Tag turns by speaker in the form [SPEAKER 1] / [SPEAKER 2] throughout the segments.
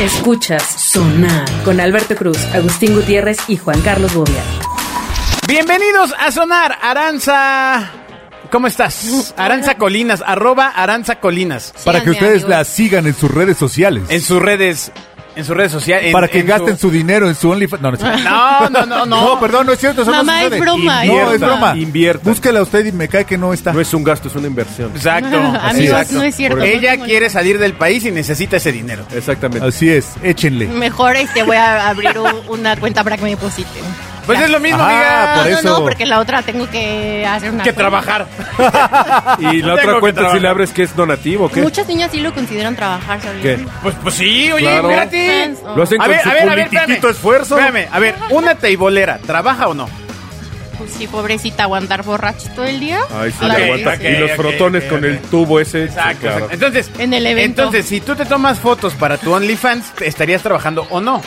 [SPEAKER 1] Escuchas Sonar con Alberto Cruz, Agustín Gutiérrez y Juan Carlos Bobia.
[SPEAKER 2] Bienvenidos a Sonar, Aranza. ¿Cómo estás? Aranza Colinas, arroba Aranza Colinas.
[SPEAKER 3] Para que
[SPEAKER 4] Síganme,
[SPEAKER 3] ustedes
[SPEAKER 4] amigos.
[SPEAKER 3] la sigan en sus redes sociales.
[SPEAKER 2] En sus redes, en sus redes sociales. en-
[SPEAKER 3] para que
[SPEAKER 2] en
[SPEAKER 3] gasten su... dinero en su OnlyFans. No, no, es cierto.
[SPEAKER 2] No, no, no, no.
[SPEAKER 3] No, perdón, no es cierto. Eso no
[SPEAKER 4] Mamá, es
[SPEAKER 3] sucede.
[SPEAKER 4] broma, es
[SPEAKER 3] No, es
[SPEAKER 4] broma.
[SPEAKER 3] broma.
[SPEAKER 5] Invierta.
[SPEAKER 3] Búsquela usted y me cae que no está.
[SPEAKER 5] No es un gasto, es una inversión.
[SPEAKER 2] Exacto.
[SPEAKER 4] Amigos,
[SPEAKER 2] exacto.
[SPEAKER 4] no es cierto, no
[SPEAKER 2] Ella
[SPEAKER 4] tengo
[SPEAKER 2] quiere salir del país y necesita ese dinero.
[SPEAKER 5] Exactamente.
[SPEAKER 3] Así es, échenle.
[SPEAKER 4] Mejor este voy a abrir un- una cuenta para que me depositen.
[SPEAKER 2] Pues es lo mismo,
[SPEAKER 5] Ah,
[SPEAKER 3] Ajá,
[SPEAKER 2] amiga.
[SPEAKER 3] por
[SPEAKER 4] No,
[SPEAKER 3] eso.
[SPEAKER 4] no, porque la otra tengo que hacer una
[SPEAKER 2] Que
[SPEAKER 4] cuenta.
[SPEAKER 2] trabajar.
[SPEAKER 5] Y
[SPEAKER 2] Tengo
[SPEAKER 5] la
[SPEAKER 2] que
[SPEAKER 5] otra cuenta
[SPEAKER 2] trabajar.
[SPEAKER 5] si la abres que es donativo, ¿qué?
[SPEAKER 4] Muchas niñas sí lo consideran trabajar, ¿sabes?
[SPEAKER 5] ¿Qué?
[SPEAKER 2] Pues, pues sí, oye,
[SPEAKER 5] Claro.
[SPEAKER 2] espérate.
[SPEAKER 5] Lo hacen
[SPEAKER 2] A
[SPEAKER 5] con
[SPEAKER 2] ver,
[SPEAKER 5] su
[SPEAKER 2] a ver, a ver,
[SPEAKER 5] puntitito
[SPEAKER 2] espérame.
[SPEAKER 5] esfuerzo.
[SPEAKER 2] Espérame, a ver, una teibolera, ¿trabaja o no?
[SPEAKER 4] Pues sí, pobrecita, aguantar borrachos todo el día.
[SPEAKER 5] Ay, sí, le
[SPEAKER 4] Claro que
[SPEAKER 5] aguanta.
[SPEAKER 4] sí.
[SPEAKER 2] ok,
[SPEAKER 5] y los
[SPEAKER 2] ok,
[SPEAKER 5] frotones
[SPEAKER 2] ok,
[SPEAKER 5] con
[SPEAKER 2] ok.
[SPEAKER 5] el tubo ese.
[SPEAKER 2] Exacto.
[SPEAKER 5] sí, claro.
[SPEAKER 2] exacto. Entonces,
[SPEAKER 4] En el evento.
[SPEAKER 2] Entonces, si tú te tomas fotos para tu OnlyFans, ¿te ¿estarías trabajando o no?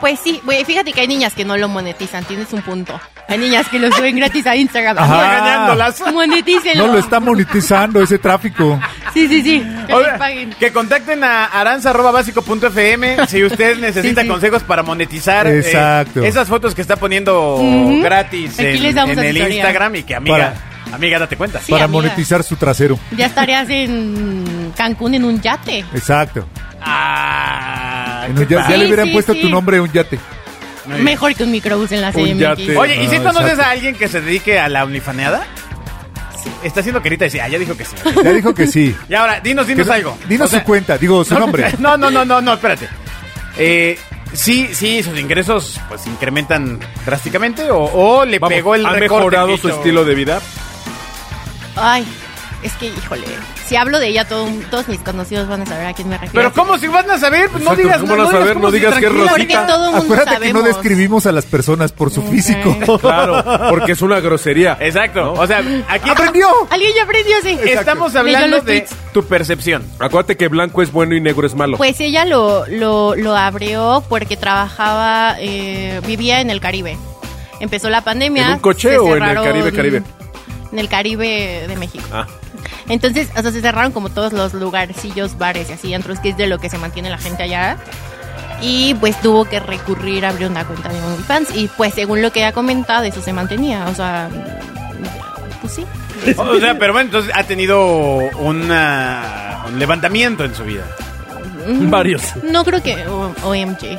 [SPEAKER 4] Pues sí, güey, fíjate que hay niñas que no lo monetizan, tienes un punto. Hay niñas que lo suben gratis a Instagram.
[SPEAKER 3] Ajá.
[SPEAKER 4] Bueno,
[SPEAKER 2] Engañándolas.
[SPEAKER 4] Monetícenlo.
[SPEAKER 3] No lo está monetizando ese tráfico.
[SPEAKER 4] Sí, sí, sí. Que
[SPEAKER 2] Oiga,
[SPEAKER 4] les paguen.
[SPEAKER 2] que contacten a aranza.básico.fm si usted necesita
[SPEAKER 4] Sí, sí.
[SPEAKER 2] consejos para monetizar eh,
[SPEAKER 3] Exacto.
[SPEAKER 2] esas fotos que está poniendo
[SPEAKER 4] Ujú.
[SPEAKER 2] gratis
[SPEAKER 4] Aquí
[SPEAKER 2] en,
[SPEAKER 4] les
[SPEAKER 2] en
[SPEAKER 4] damos
[SPEAKER 2] el
[SPEAKER 4] asesoría.
[SPEAKER 2] Instagram y que amiga, amiga, date cuenta.
[SPEAKER 4] Sí,
[SPEAKER 3] para
[SPEAKER 4] amiga.
[SPEAKER 3] monetizar su trasero.
[SPEAKER 4] Ya estarías en Cancún en un yate.
[SPEAKER 3] Exacto.
[SPEAKER 2] Ah,
[SPEAKER 3] En
[SPEAKER 2] qué
[SPEAKER 3] un ya, ya
[SPEAKER 2] padre.
[SPEAKER 3] le hubieran
[SPEAKER 4] Sí, sí,
[SPEAKER 3] puesto
[SPEAKER 4] sí.
[SPEAKER 3] tu nombre a un yate.
[SPEAKER 4] Mejor que un microbús en la
[SPEAKER 5] Un
[SPEAKER 4] CMX.
[SPEAKER 5] yate.
[SPEAKER 2] Oye, ¿y si
[SPEAKER 3] Ah,
[SPEAKER 2] conoces
[SPEAKER 3] exacto.
[SPEAKER 2] a alguien que se dedique a la OnlyFaneada? Está haciendo querita y sí, ah, ya dijo que sí.
[SPEAKER 3] Ya dijo que sí.
[SPEAKER 2] Y ahora, dinos, dinos
[SPEAKER 3] Que no-
[SPEAKER 2] algo.
[SPEAKER 3] Dinos
[SPEAKER 2] O sea,
[SPEAKER 3] su cuenta, digo su nombre.
[SPEAKER 2] No, no, no, no, no, espérate. Eh, sí, sí, sus ingresos pues incrementan drásticamente o, o le
[SPEAKER 5] Vamos,
[SPEAKER 2] pegó el
[SPEAKER 5] ha
[SPEAKER 2] recorte que
[SPEAKER 5] mejorado
[SPEAKER 2] hizo.
[SPEAKER 5] su estilo de vida.
[SPEAKER 4] Ay, es que, híjole, si hablo de ella, todo- todos mis conocidos van a saber a quién me refiero.
[SPEAKER 2] Pero cómo si van a saber, Pues no
[SPEAKER 5] Exacto,
[SPEAKER 2] digas,
[SPEAKER 5] ¿cómo van a saber? No
[SPEAKER 2] si
[SPEAKER 5] digas que es
[SPEAKER 2] tranquila.
[SPEAKER 4] Porque
[SPEAKER 5] Rosita.
[SPEAKER 4] todo mundo
[SPEAKER 3] Acuérdate que no
[SPEAKER 4] sabemos.
[SPEAKER 3] describimos a las personas por su físico.
[SPEAKER 5] Claro, porque es una grosería.
[SPEAKER 2] Exacto.
[SPEAKER 5] ¿no?
[SPEAKER 2] O sea, aquí
[SPEAKER 3] ¡Aprendió!
[SPEAKER 4] Alguien ya aprendió, sí.
[SPEAKER 2] estamos
[SPEAKER 4] Leyó
[SPEAKER 2] hablando
[SPEAKER 4] los
[SPEAKER 2] de
[SPEAKER 4] tweets.
[SPEAKER 2] tu percepción.
[SPEAKER 5] Acuérdate que blanco es bueno y negro es malo.
[SPEAKER 4] Pues ella lo, lo, lo abrió porque trabajaba, eh, vivía en el Caribe. Empezó la pandemia.
[SPEAKER 5] ¿En un coche
[SPEAKER 4] se
[SPEAKER 5] o en el
[SPEAKER 4] cerraron-
[SPEAKER 5] Caribe, Caribe?
[SPEAKER 4] En el Caribe de México.
[SPEAKER 5] Ah.
[SPEAKER 4] Entonces, o sea, se cerraron como todos los lugarcillos, bares y así, antros, que es de lo que se mantiene la gente allá. Y pues tuvo que recurrir a abrir una cuenta de OnlyFans. Y pues, según lo que ella comenta, de eso se mantenía. O sea, pues sí.
[SPEAKER 2] O sea, pero bueno, entonces ha tenido una, un levantamiento en su vida.
[SPEAKER 5] Varios.
[SPEAKER 4] Mm, No creo que. o- OMG.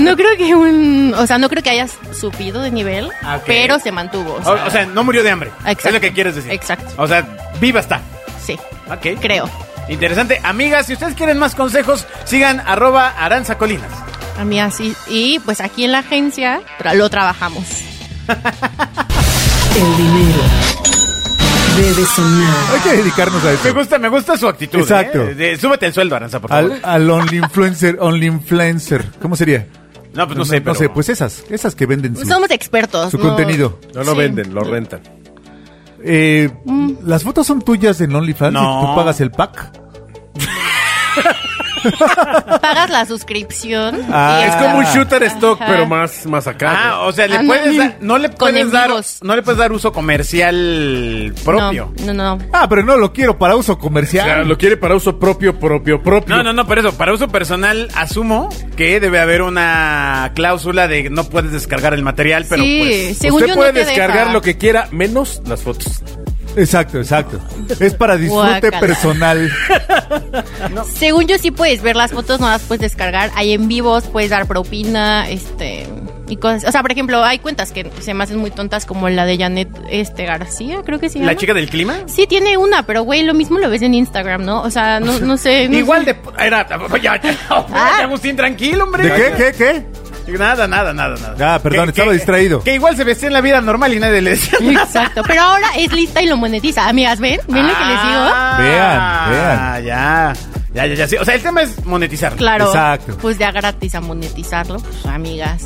[SPEAKER 4] No creo que un. O sea, no creo que hayas subido de nivel,
[SPEAKER 2] Ah, ok.
[SPEAKER 4] pero se mantuvo. O
[SPEAKER 2] O,
[SPEAKER 4] sea,
[SPEAKER 2] o sea, no murió de hambre.
[SPEAKER 4] Exacto.
[SPEAKER 2] Es lo que quieres decir.
[SPEAKER 4] Exacto.
[SPEAKER 2] O sea, viva está.
[SPEAKER 4] sí,
[SPEAKER 2] Ok.
[SPEAKER 4] creo.
[SPEAKER 2] Interesante. Amigas, si ustedes quieren más consejos, sigan arroba Aranza Colinas.
[SPEAKER 4] A mí así. Y pues aquí en la agencia tra- lo trabajamos.
[SPEAKER 1] El dinero debe sonar.
[SPEAKER 3] Hay que dedicarnos a eso.
[SPEAKER 2] Me gusta, me gusta su actitud.
[SPEAKER 3] Exacto.
[SPEAKER 2] ¿eh? De- súbete el sueldo, Aranza, por favor.
[SPEAKER 3] Al, al only influencer, only influencer. ¿cómo sería?
[SPEAKER 2] No, pues no, sé, pero...
[SPEAKER 3] no sé, pues esas, esas que venden su,
[SPEAKER 4] Somos expertos.
[SPEAKER 3] su
[SPEAKER 4] Pues ¿no?
[SPEAKER 3] contenido.
[SPEAKER 5] No lo
[SPEAKER 4] Sí.
[SPEAKER 5] venden, lo rentan.
[SPEAKER 3] Eh,
[SPEAKER 4] Mm.
[SPEAKER 3] Las fotos son tuyas en OnlyFans
[SPEAKER 2] No.
[SPEAKER 3] y tú pagas el pack.
[SPEAKER 4] Pagas la suscripción.
[SPEAKER 3] Ah.
[SPEAKER 4] y
[SPEAKER 5] Es
[SPEAKER 4] está-
[SPEAKER 5] como un shooter stock,
[SPEAKER 4] Ajá.
[SPEAKER 5] pero más, más acá.
[SPEAKER 2] Ah, o sea, le
[SPEAKER 4] Ah, no,
[SPEAKER 2] puedes
[SPEAKER 4] mm.
[SPEAKER 2] dar- no le
[SPEAKER 4] Con
[SPEAKER 2] puedes
[SPEAKER 4] en
[SPEAKER 2] dar,
[SPEAKER 4] vivos.
[SPEAKER 2] no le puedes dar uso comercial propio.
[SPEAKER 4] No, no, no.
[SPEAKER 3] Ah, pero no lo quiero para uso
[SPEAKER 5] O sea,
[SPEAKER 3] comercial.
[SPEAKER 5] lo quiere para uso propio, propio, propio.
[SPEAKER 2] No, no, no, por eso, para uso personal asumo que debe haber una cláusula de no puedes descargar el material, pero
[SPEAKER 4] sí,
[SPEAKER 2] pues...
[SPEAKER 4] según
[SPEAKER 5] Usted
[SPEAKER 4] yo
[SPEAKER 5] puede
[SPEAKER 4] no te
[SPEAKER 5] descargar
[SPEAKER 4] deja.
[SPEAKER 5] lo que quiera, menos las fotos.
[SPEAKER 3] Exacto, exacto. Es para disfrute
[SPEAKER 4] Guácala.
[SPEAKER 3] personal.
[SPEAKER 4] Según yo sí puedes ver las fotos, no las puedes descargar. Hay en vivos, puedes dar propina, este y cosas. O sea, por ejemplo, hay cuentas que se me hacen muy tontas como la de Janet este García, creo que sí.
[SPEAKER 2] ¿La chica del clima?
[SPEAKER 4] Sí, tiene una, pero güey, lo mismo lo ves en Instagram, ¿no? O sea, no, no sé. no
[SPEAKER 2] Igual
[SPEAKER 4] sé.
[SPEAKER 2] de... Era, ya, ya,
[SPEAKER 4] Ah.
[SPEAKER 2] Agustín, tranquilo, hombre.
[SPEAKER 3] ¿De qué, qué, qué?
[SPEAKER 2] Nada, nada, nada, nada.
[SPEAKER 3] Ah, perdón, estaba distraído.
[SPEAKER 2] Que igual se vestía en la vida normal y nadie le decía nada.
[SPEAKER 4] Exacto, pero ahora es lista y lo monetiza. Amigas, ven, ven lo que les digo.
[SPEAKER 2] Ah, ya. Ya, ya, ya. sí. O sea, el tema es monetizar.
[SPEAKER 4] Claro.
[SPEAKER 3] exacto.
[SPEAKER 4] Pues ya gratis a monetizarlo, pues, amigas,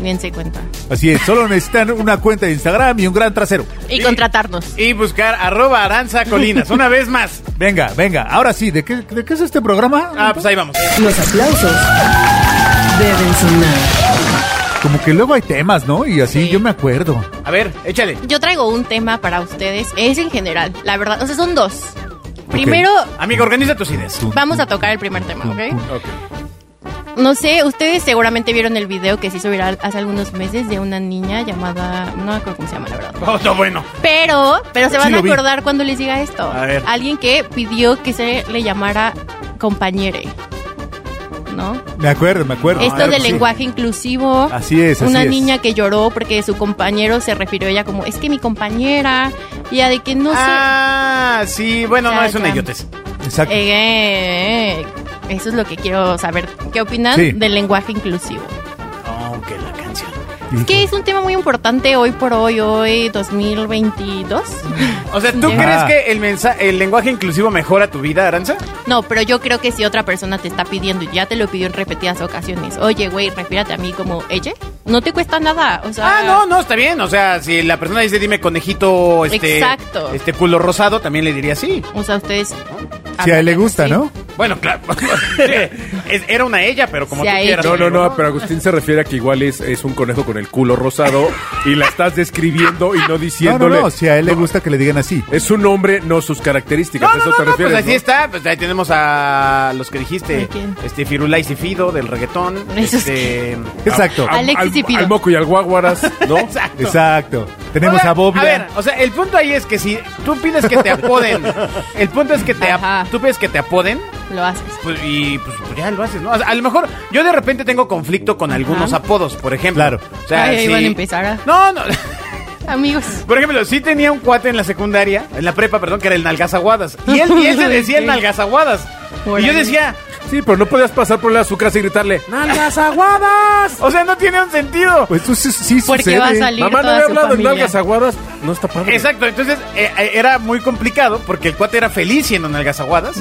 [SPEAKER 4] dense cuenta.
[SPEAKER 3] Así es, solo necesitan una cuenta de Instagram y un gran trasero.
[SPEAKER 4] Y contratarnos.
[SPEAKER 2] Y buscar arroba aranza colinas. Una vez más.
[SPEAKER 3] Venga, venga, ahora sí, ¿de qué, de qué es este programa?
[SPEAKER 2] Ah, pues ahí vamos.
[SPEAKER 1] Los aplausos deben sonar.
[SPEAKER 3] Como que luego hay temas, ¿no? Y así
[SPEAKER 4] Sí.
[SPEAKER 3] yo me acuerdo.
[SPEAKER 2] A ver, échale.
[SPEAKER 4] Yo traigo un tema para ustedes, es en general, la verdad. O sea, son dos. Primero,
[SPEAKER 2] Amigo, organiza tus ideas.
[SPEAKER 4] vamos a tocar el primer tema, ¿ok? No sé, ustedes seguramente vieron el video que se hizo viral hace algunos meses de una niña llamada. No me acuerdo cómo se llama, la verdad.
[SPEAKER 2] Oh, no, bueno.
[SPEAKER 4] Pero, pero se
[SPEAKER 3] Sí
[SPEAKER 4] van a
[SPEAKER 3] lo vi.
[SPEAKER 4] acordar cuando les diga esto.
[SPEAKER 2] A ver.
[SPEAKER 4] Alguien que pidió que se le llamara compañere. ¿No?
[SPEAKER 3] Me acuerdo, me acuerdo.
[SPEAKER 4] esto
[SPEAKER 3] Claro
[SPEAKER 4] del
[SPEAKER 3] que sí.
[SPEAKER 4] lenguaje inclusivo.
[SPEAKER 3] Así es, así
[SPEAKER 4] Una
[SPEAKER 3] es.
[SPEAKER 4] niña que lloró porque su compañero se refirió a ella como, es que mi compañera. Y a de que no
[SPEAKER 2] Ah, sí, bueno, no
[SPEAKER 4] Pues Ya,
[SPEAKER 2] es una
[SPEAKER 4] ya.
[SPEAKER 2] idiotez.
[SPEAKER 4] sé.
[SPEAKER 3] Exacto.
[SPEAKER 4] Eh, eh, eso es lo que quiero saber. ¿Qué opinan
[SPEAKER 3] Sí.
[SPEAKER 4] del lenguaje inclusivo?
[SPEAKER 2] Aunque Oh, la canción.
[SPEAKER 3] Hijo.
[SPEAKER 4] Que es un tema muy importante hoy por hoy, hoy 2022.
[SPEAKER 2] O sea, ¿tú
[SPEAKER 4] Ya.
[SPEAKER 2] crees
[SPEAKER 3] Ah.
[SPEAKER 2] que el mensa- el lenguaje inclusivo mejora tu vida, Aranza?
[SPEAKER 4] No, pero yo creo que si otra persona te está pidiendo y ya te lo pidió en repetidas ocasiones, oye, güey, respírate a mí como ella, no te cuesta nada. O sea,
[SPEAKER 2] Ah, no, no, está bien. O sea, si la persona dice dime conejito, este,
[SPEAKER 4] Exacto.
[SPEAKER 2] este culo rosado, también le diría sí.
[SPEAKER 4] O sea, ustedes.
[SPEAKER 3] Si a él le gusta,
[SPEAKER 4] Sí.
[SPEAKER 3] ¿no?
[SPEAKER 2] Bueno, claro. Es- Era una ella, pero como
[SPEAKER 4] Sí,
[SPEAKER 2] tú
[SPEAKER 4] a
[SPEAKER 2] quieras.
[SPEAKER 5] No, no,
[SPEAKER 2] amigo.
[SPEAKER 5] no, pero Agustín se refiere a que igual es, es un conejo con el culo rosado y la estás describiendo y no
[SPEAKER 3] No, no,
[SPEAKER 5] diciéndole.
[SPEAKER 3] no. Si a él le gusta que le digan así.
[SPEAKER 5] Es su nombre, no sus
[SPEAKER 2] No,
[SPEAKER 5] características. ¿A
[SPEAKER 2] no,
[SPEAKER 5] eso
[SPEAKER 2] no,
[SPEAKER 5] te
[SPEAKER 2] no,
[SPEAKER 5] refieres,
[SPEAKER 2] pues así
[SPEAKER 5] no?
[SPEAKER 2] está. Pues ahí tenemos a los que dijiste.
[SPEAKER 4] ¿A quién?
[SPEAKER 2] Este, Firulais y Fido del reggaetón.
[SPEAKER 4] Eso es
[SPEAKER 2] Este,
[SPEAKER 3] Exacto.
[SPEAKER 5] Al-
[SPEAKER 4] Alexis
[SPEAKER 5] al-
[SPEAKER 4] y Pido.
[SPEAKER 5] Al moco y al guaguaras, ¿no?
[SPEAKER 3] Exacto. Tenemos
[SPEAKER 2] O sea,
[SPEAKER 3] a Bob.
[SPEAKER 2] A ver, o sea, el punto ahí es que si tú pides que te apoden, el punto es que te ap-
[SPEAKER 4] Ajá.
[SPEAKER 2] tú pides que te apoden,
[SPEAKER 4] Lo haces.
[SPEAKER 2] pues, y pues, pues, ya lo haces, ¿no? O sea, a lo mejor yo de repente tengo conflicto con algunos apodos, por ejemplo.
[SPEAKER 3] Claro.
[SPEAKER 2] O sea,
[SPEAKER 4] Ay, ahí
[SPEAKER 2] si-
[SPEAKER 4] van a empezar a-
[SPEAKER 2] No, no.
[SPEAKER 4] Amigos.
[SPEAKER 2] Por ejemplo, sí tenía un cuate en la secundaria, en la prepa, perdón, que era el Nalgazaguadas. Y él, y él se decía el
[SPEAKER 4] Sí.
[SPEAKER 2] Nalgazaguadas. Y yo
[SPEAKER 4] Órale.
[SPEAKER 2] decía,
[SPEAKER 5] Sí, pero no podías pasar por la su casa y gritarle, ¡Nalgas aguadas!
[SPEAKER 2] o sea, no tiene un sentido.
[SPEAKER 3] Pues tú sí, sí
[SPEAKER 4] Porque
[SPEAKER 3] sucede.
[SPEAKER 4] va a salir
[SPEAKER 5] Mamá, no
[SPEAKER 4] toda
[SPEAKER 5] había
[SPEAKER 4] su
[SPEAKER 5] hablado de
[SPEAKER 4] familia.
[SPEAKER 5] nalgas aguadas. No está padre.
[SPEAKER 2] Exacto, entonces eh, eh, era muy complicado porque el cuate era feliz siendo nalgazaguadas.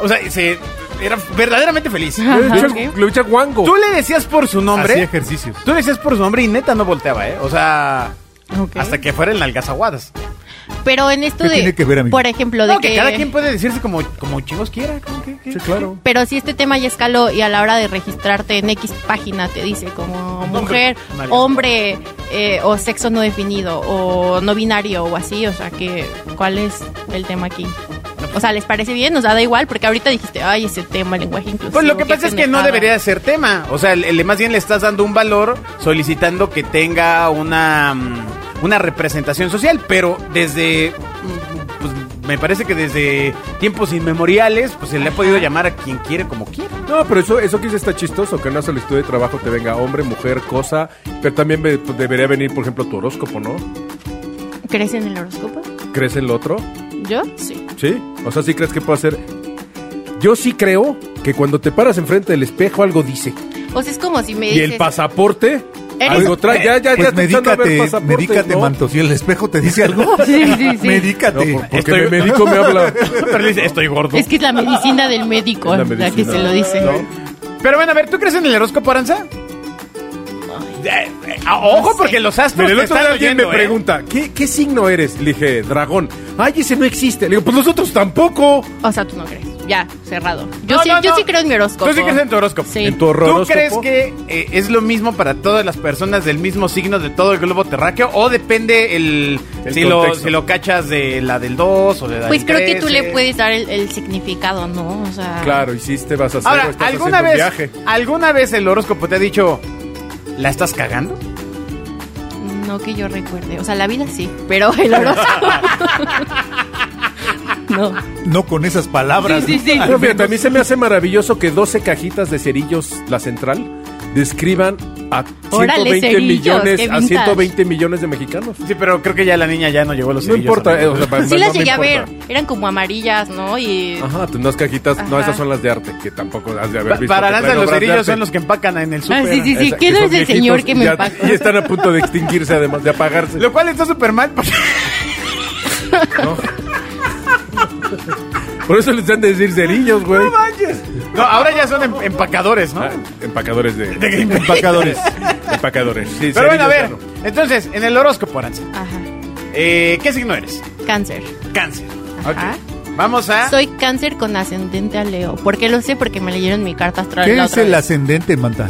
[SPEAKER 2] O sea, se, era verdaderamente feliz.
[SPEAKER 5] Le
[SPEAKER 4] Ajá,
[SPEAKER 5] echa-
[SPEAKER 4] ok.
[SPEAKER 5] Le echa guango.
[SPEAKER 2] Tú le decías por su
[SPEAKER 3] Así
[SPEAKER 2] nombre.
[SPEAKER 3] ejercicios.
[SPEAKER 2] Tú le decías por su nombre y neta no volteaba, ¿eh? O sea,
[SPEAKER 4] Ok.
[SPEAKER 2] hasta que fuera el nalgazaguadas.
[SPEAKER 4] Pero en esto
[SPEAKER 3] ¿Qué
[SPEAKER 4] de.
[SPEAKER 3] tiene que ver, amigo?
[SPEAKER 4] Por ejemplo, de
[SPEAKER 2] No, que cada quien puede decirse como, como chingos quiera. como que- que-
[SPEAKER 5] Sí, claro.
[SPEAKER 4] Pero si este tema ya escaló y a la hora de registrarte en X página te dice como mujer,
[SPEAKER 2] María.
[SPEAKER 4] hombre eh, o sexo no definido o no binario o así, o sea que ¿cuál es el tema aquí? O sea, ¿les parece bien? O sea, da igual porque ahorita dijiste, ay, ese tema, el lenguaje inclusivo.
[SPEAKER 2] Pues lo que
[SPEAKER 4] qué
[SPEAKER 2] pasa es que no
[SPEAKER 4] pendejada".
[SPEAKER 2] debería de ser tema. O sea, le- le- más bien le estás dando un valor solicitando que tenga una, mm, una representación social, pero desde... mm, Pues, me parece que desde tiempos inmemoriales, pues se le ha podido llamar a quien quiere como quiere.
[SPEAKER 5] No, pero eso, eso que dice está chistoso, que en una solicitud de trabajo te venga hombre, mujer, cosa, pero también ve- debería venir, por ejemplo, tu horóscopo, ¿no?
[SPEAKER 4] ¿Crees en el horóscopo?
[SPEAKER 5] ¿Crees en lo otro?
[SPEAKER 4] ¿Yo? Sí.
[SPEAKER 5] Sí. O sea, ¿sí crees que puede ser? Yo sí creo que cuando te paras enfrente del espejo algo dice.
[SPEAKER 4] O sea, es como si me
[SPEAKER 5] Y
[SPEAKER 4] dices...
[SPEAKER 5] el pasaporte,
[SPEAKER 4] Eres-
[SPEAKER 5] algo trae. Ya, ya, ya
[SPEAKER 3] Pues
[SPEAKER 5] estoy echando a ver
[SPEAKER 3] medícate,
[SPEAKER 5] pasaportes,
[SPEAKER 3] medícate,
[SPEAKER 5] ¿no?
[SPEAKER 3] manto. Si el espejo te dice algo,
[SPEAKER 4] Sí, sí, sí.
[SPEAKER 5] No,
[SPEAKER 3] medícate.
[SPEAKER 5] por- porque
[SPEAKER 2] Estoy-
[SPEAKER 5] me medico, me habla.
[SPEAKER 2] Pero le dice, estoy gordo.
[SPEAKER 4] Es que es la medicina del médico
[SPEAKER 5] Es la
[SPEAKER 4] la,
[SPEAKER 5] medicina.
[SPEAKER 4] que se lo dice.
[SPEAKER 5] ¿No?
[SPEAKER 2] Pero bueno, a ver, ¿tú crees en el horóscopo, Aranza? Eh, eh, a- ojo,
[SPEAKER 4] No sé.
[SPEAKER 2] porque los astros
[SPEAKER 5] Mira, el
[SPEAKER 2] te
[SPEAKER 5] otro
[SPEAKER 2] están
[SPEAKER 5] día alguien
[SPEAKER 2] oyendo,
[SPEAKER 5] me
[SPEAKER 2] ¿eh?
[SPEAKER 5] pregunta, ¿qué, ¿qué signo eres? Le dije, dragón. Ay, ese no existe. Le digo, pues nosotros tampoco.
[SPEAKER 4] O sea, tú no crees. Ya, cerrado. Yo,
[SPEAKER 2] No,
[SPEAKER 4] sí,
[SPEAKER 2] no,
[SPEAKER 4] yo
[SPEAKER 2] no.
[SPEAKER 4] sí creo en mi horóscopo.
[SPEAKER 2] Tú sí crees en tu horóscopo.
[SPEAKER 4] Sí.
[SPEAKER 5] En tu
[SPEAKER 2] ¿Tú
[SPEAKER 5] horóscopo.
[SPEAKER 2] crees que eh, es lo mismo para todas las personas del mismo signo de todo el globo terráqueo? ¿O depende el,
[SPEAKER 5] El
[SPEAKER 2] si, lo,
[SPEAKER 5] contexto.
[SPEAKER 2] si lo cachas de la del 2 o de la
[SPEAKER 4] Pues
[SPEAKER 2] del eh?
[SPEAKER 4] creo que tú
[SPEAKER 2] 13?
[SPEAKER 4] le puedes dar el, el significado, ¿no? O sea,
[SPEAKER 5] Claro, hiciste, vas a hacer o
[SPEAKER 2] Ahora,
[SPEAKER 5] estás
[SPEAKER 2] ¿alguna
[SPEAKER 5] haciendo un
[SPEAKER 2] vez,
[SPEAKER 5] viaje.
[SPEAKER 2] ¿alguna vez el horóscopo te ha dicho, ¿la estás cagando?
[SPEAKER 4] no que yo recuerde. O sea, la vida sí, pero el horóscopo. no.
[SPEAKER 3] No con esas palabras.
[SPEAKER 4] Sí, sí, sí.
[SPEAKER 5] Pero fíjate, a mí se me hace maravilloso que 12 cajitas de cerillos, la central, describan a
[SPEAKER 4] Órale,
[SPEAKER 5] 120
[SPEAKER 4] cerillos,
[SPEAKER 5] millones,
[SPEAKER 4] qué
[SPEAKER 5] a
[SPEAKER 4] vintage.
[SPEAKER 5] 120 millones de mexicanos.
[SPEAKER 2] Sí, pero creo que ya la niña Pues ya no llegó a los
[SPEAKER 5] No
[SPEAKER 2] cerillos,
[SPEAKER 5] importa, eh, o sea, pa-
[SPEAKER 4] Sí
[SPEAKER 5] no
[SPEAKER 4] las
[SPEAKER 5] me
[SPEAKER 4] llegué a ver.
[SPEAKER 5] importa.
[SPEAKER 4] Eran como amarillas, ¿no? Y.
[SPEAKER 5] Ajá, tú unas cajitas, no,
[SPEAKER 4] Ajá.
[SPEAKER 5] esas son las de arte, que tampoco las de haber
[SPEAKER 2] Pa-
[SPEAKER 5] visto.
[SPEAKER 2] para
[SPEAKER 5] que
[SPEAKER 2] Aranza,
[SPEAKER 5] traen
[SPEAKER 2] los
[SPEAKER 5] obras de
[SPEAKER 2] cerillos
[SPEAKER 5] arte.
[SPEAKER 2] son los que empacan en el súper.
[SPEAKER 4] Ah, sí, sí, sí.
[SPEAKER 5] Esa-
[SPEAKER 4] ¿Quién
[SPEAKER 5] que
[SPEAKER 4] es
[SPEAKER 5] son
[SPEAKER 4] el
[SPEAKER 5] viejitos
[SPEAKER 4] señor que me
[SPEAKER 5] ya-
[SPEAKER 4] empacó?
[SPEAKER 5] Y están a punto de extinguirse, además, de apagarse.
[SPEAKER 2] Lo cual está súper mal porque...
[SPEAKER 5] Por eso les dan de decir cerillos, güey.
[SPEAKER 2] No manches. No, ahora ya son em- empacadores, ¿no?
[SPEAKER 5] Ah, empacadores de...
[SPEAKER 3] Empacadores.
[SPEAKER 5] empacadores, sí,
[SPEAKER 2] Pero bueno, a
[SPEAKER 5] cerillos
[SPEAKER 2] ver.
[SPEAKER 5] ya no.
[SPEAKER 2] Entonces, en el horóscopo, Aranza,
[SPEAKER 4] Ajá.
[SPEAKER 2] eh, ¿qué signo eres?
[SPEAKER 4] Cáncer.
[SPEAKER 2] Cáncer.
[SPEAKER 4] Ajá.
[SPEAKER 2] Ok. Vamos a.
[SPEAKER 4] Soy cáncer con ascendente a Leo. ¿Por qué lo sé? Porque me leyeron mi carta astral.
[SPEAKER 3] ¿Qué
[SPEAKER 4] la
[SPEAKER 3] es
[SPEAKER 4] otra
[SPEAKER 3] el
[SPEAKER 4] vez.
[SPEAKER 3] ascendente, manta?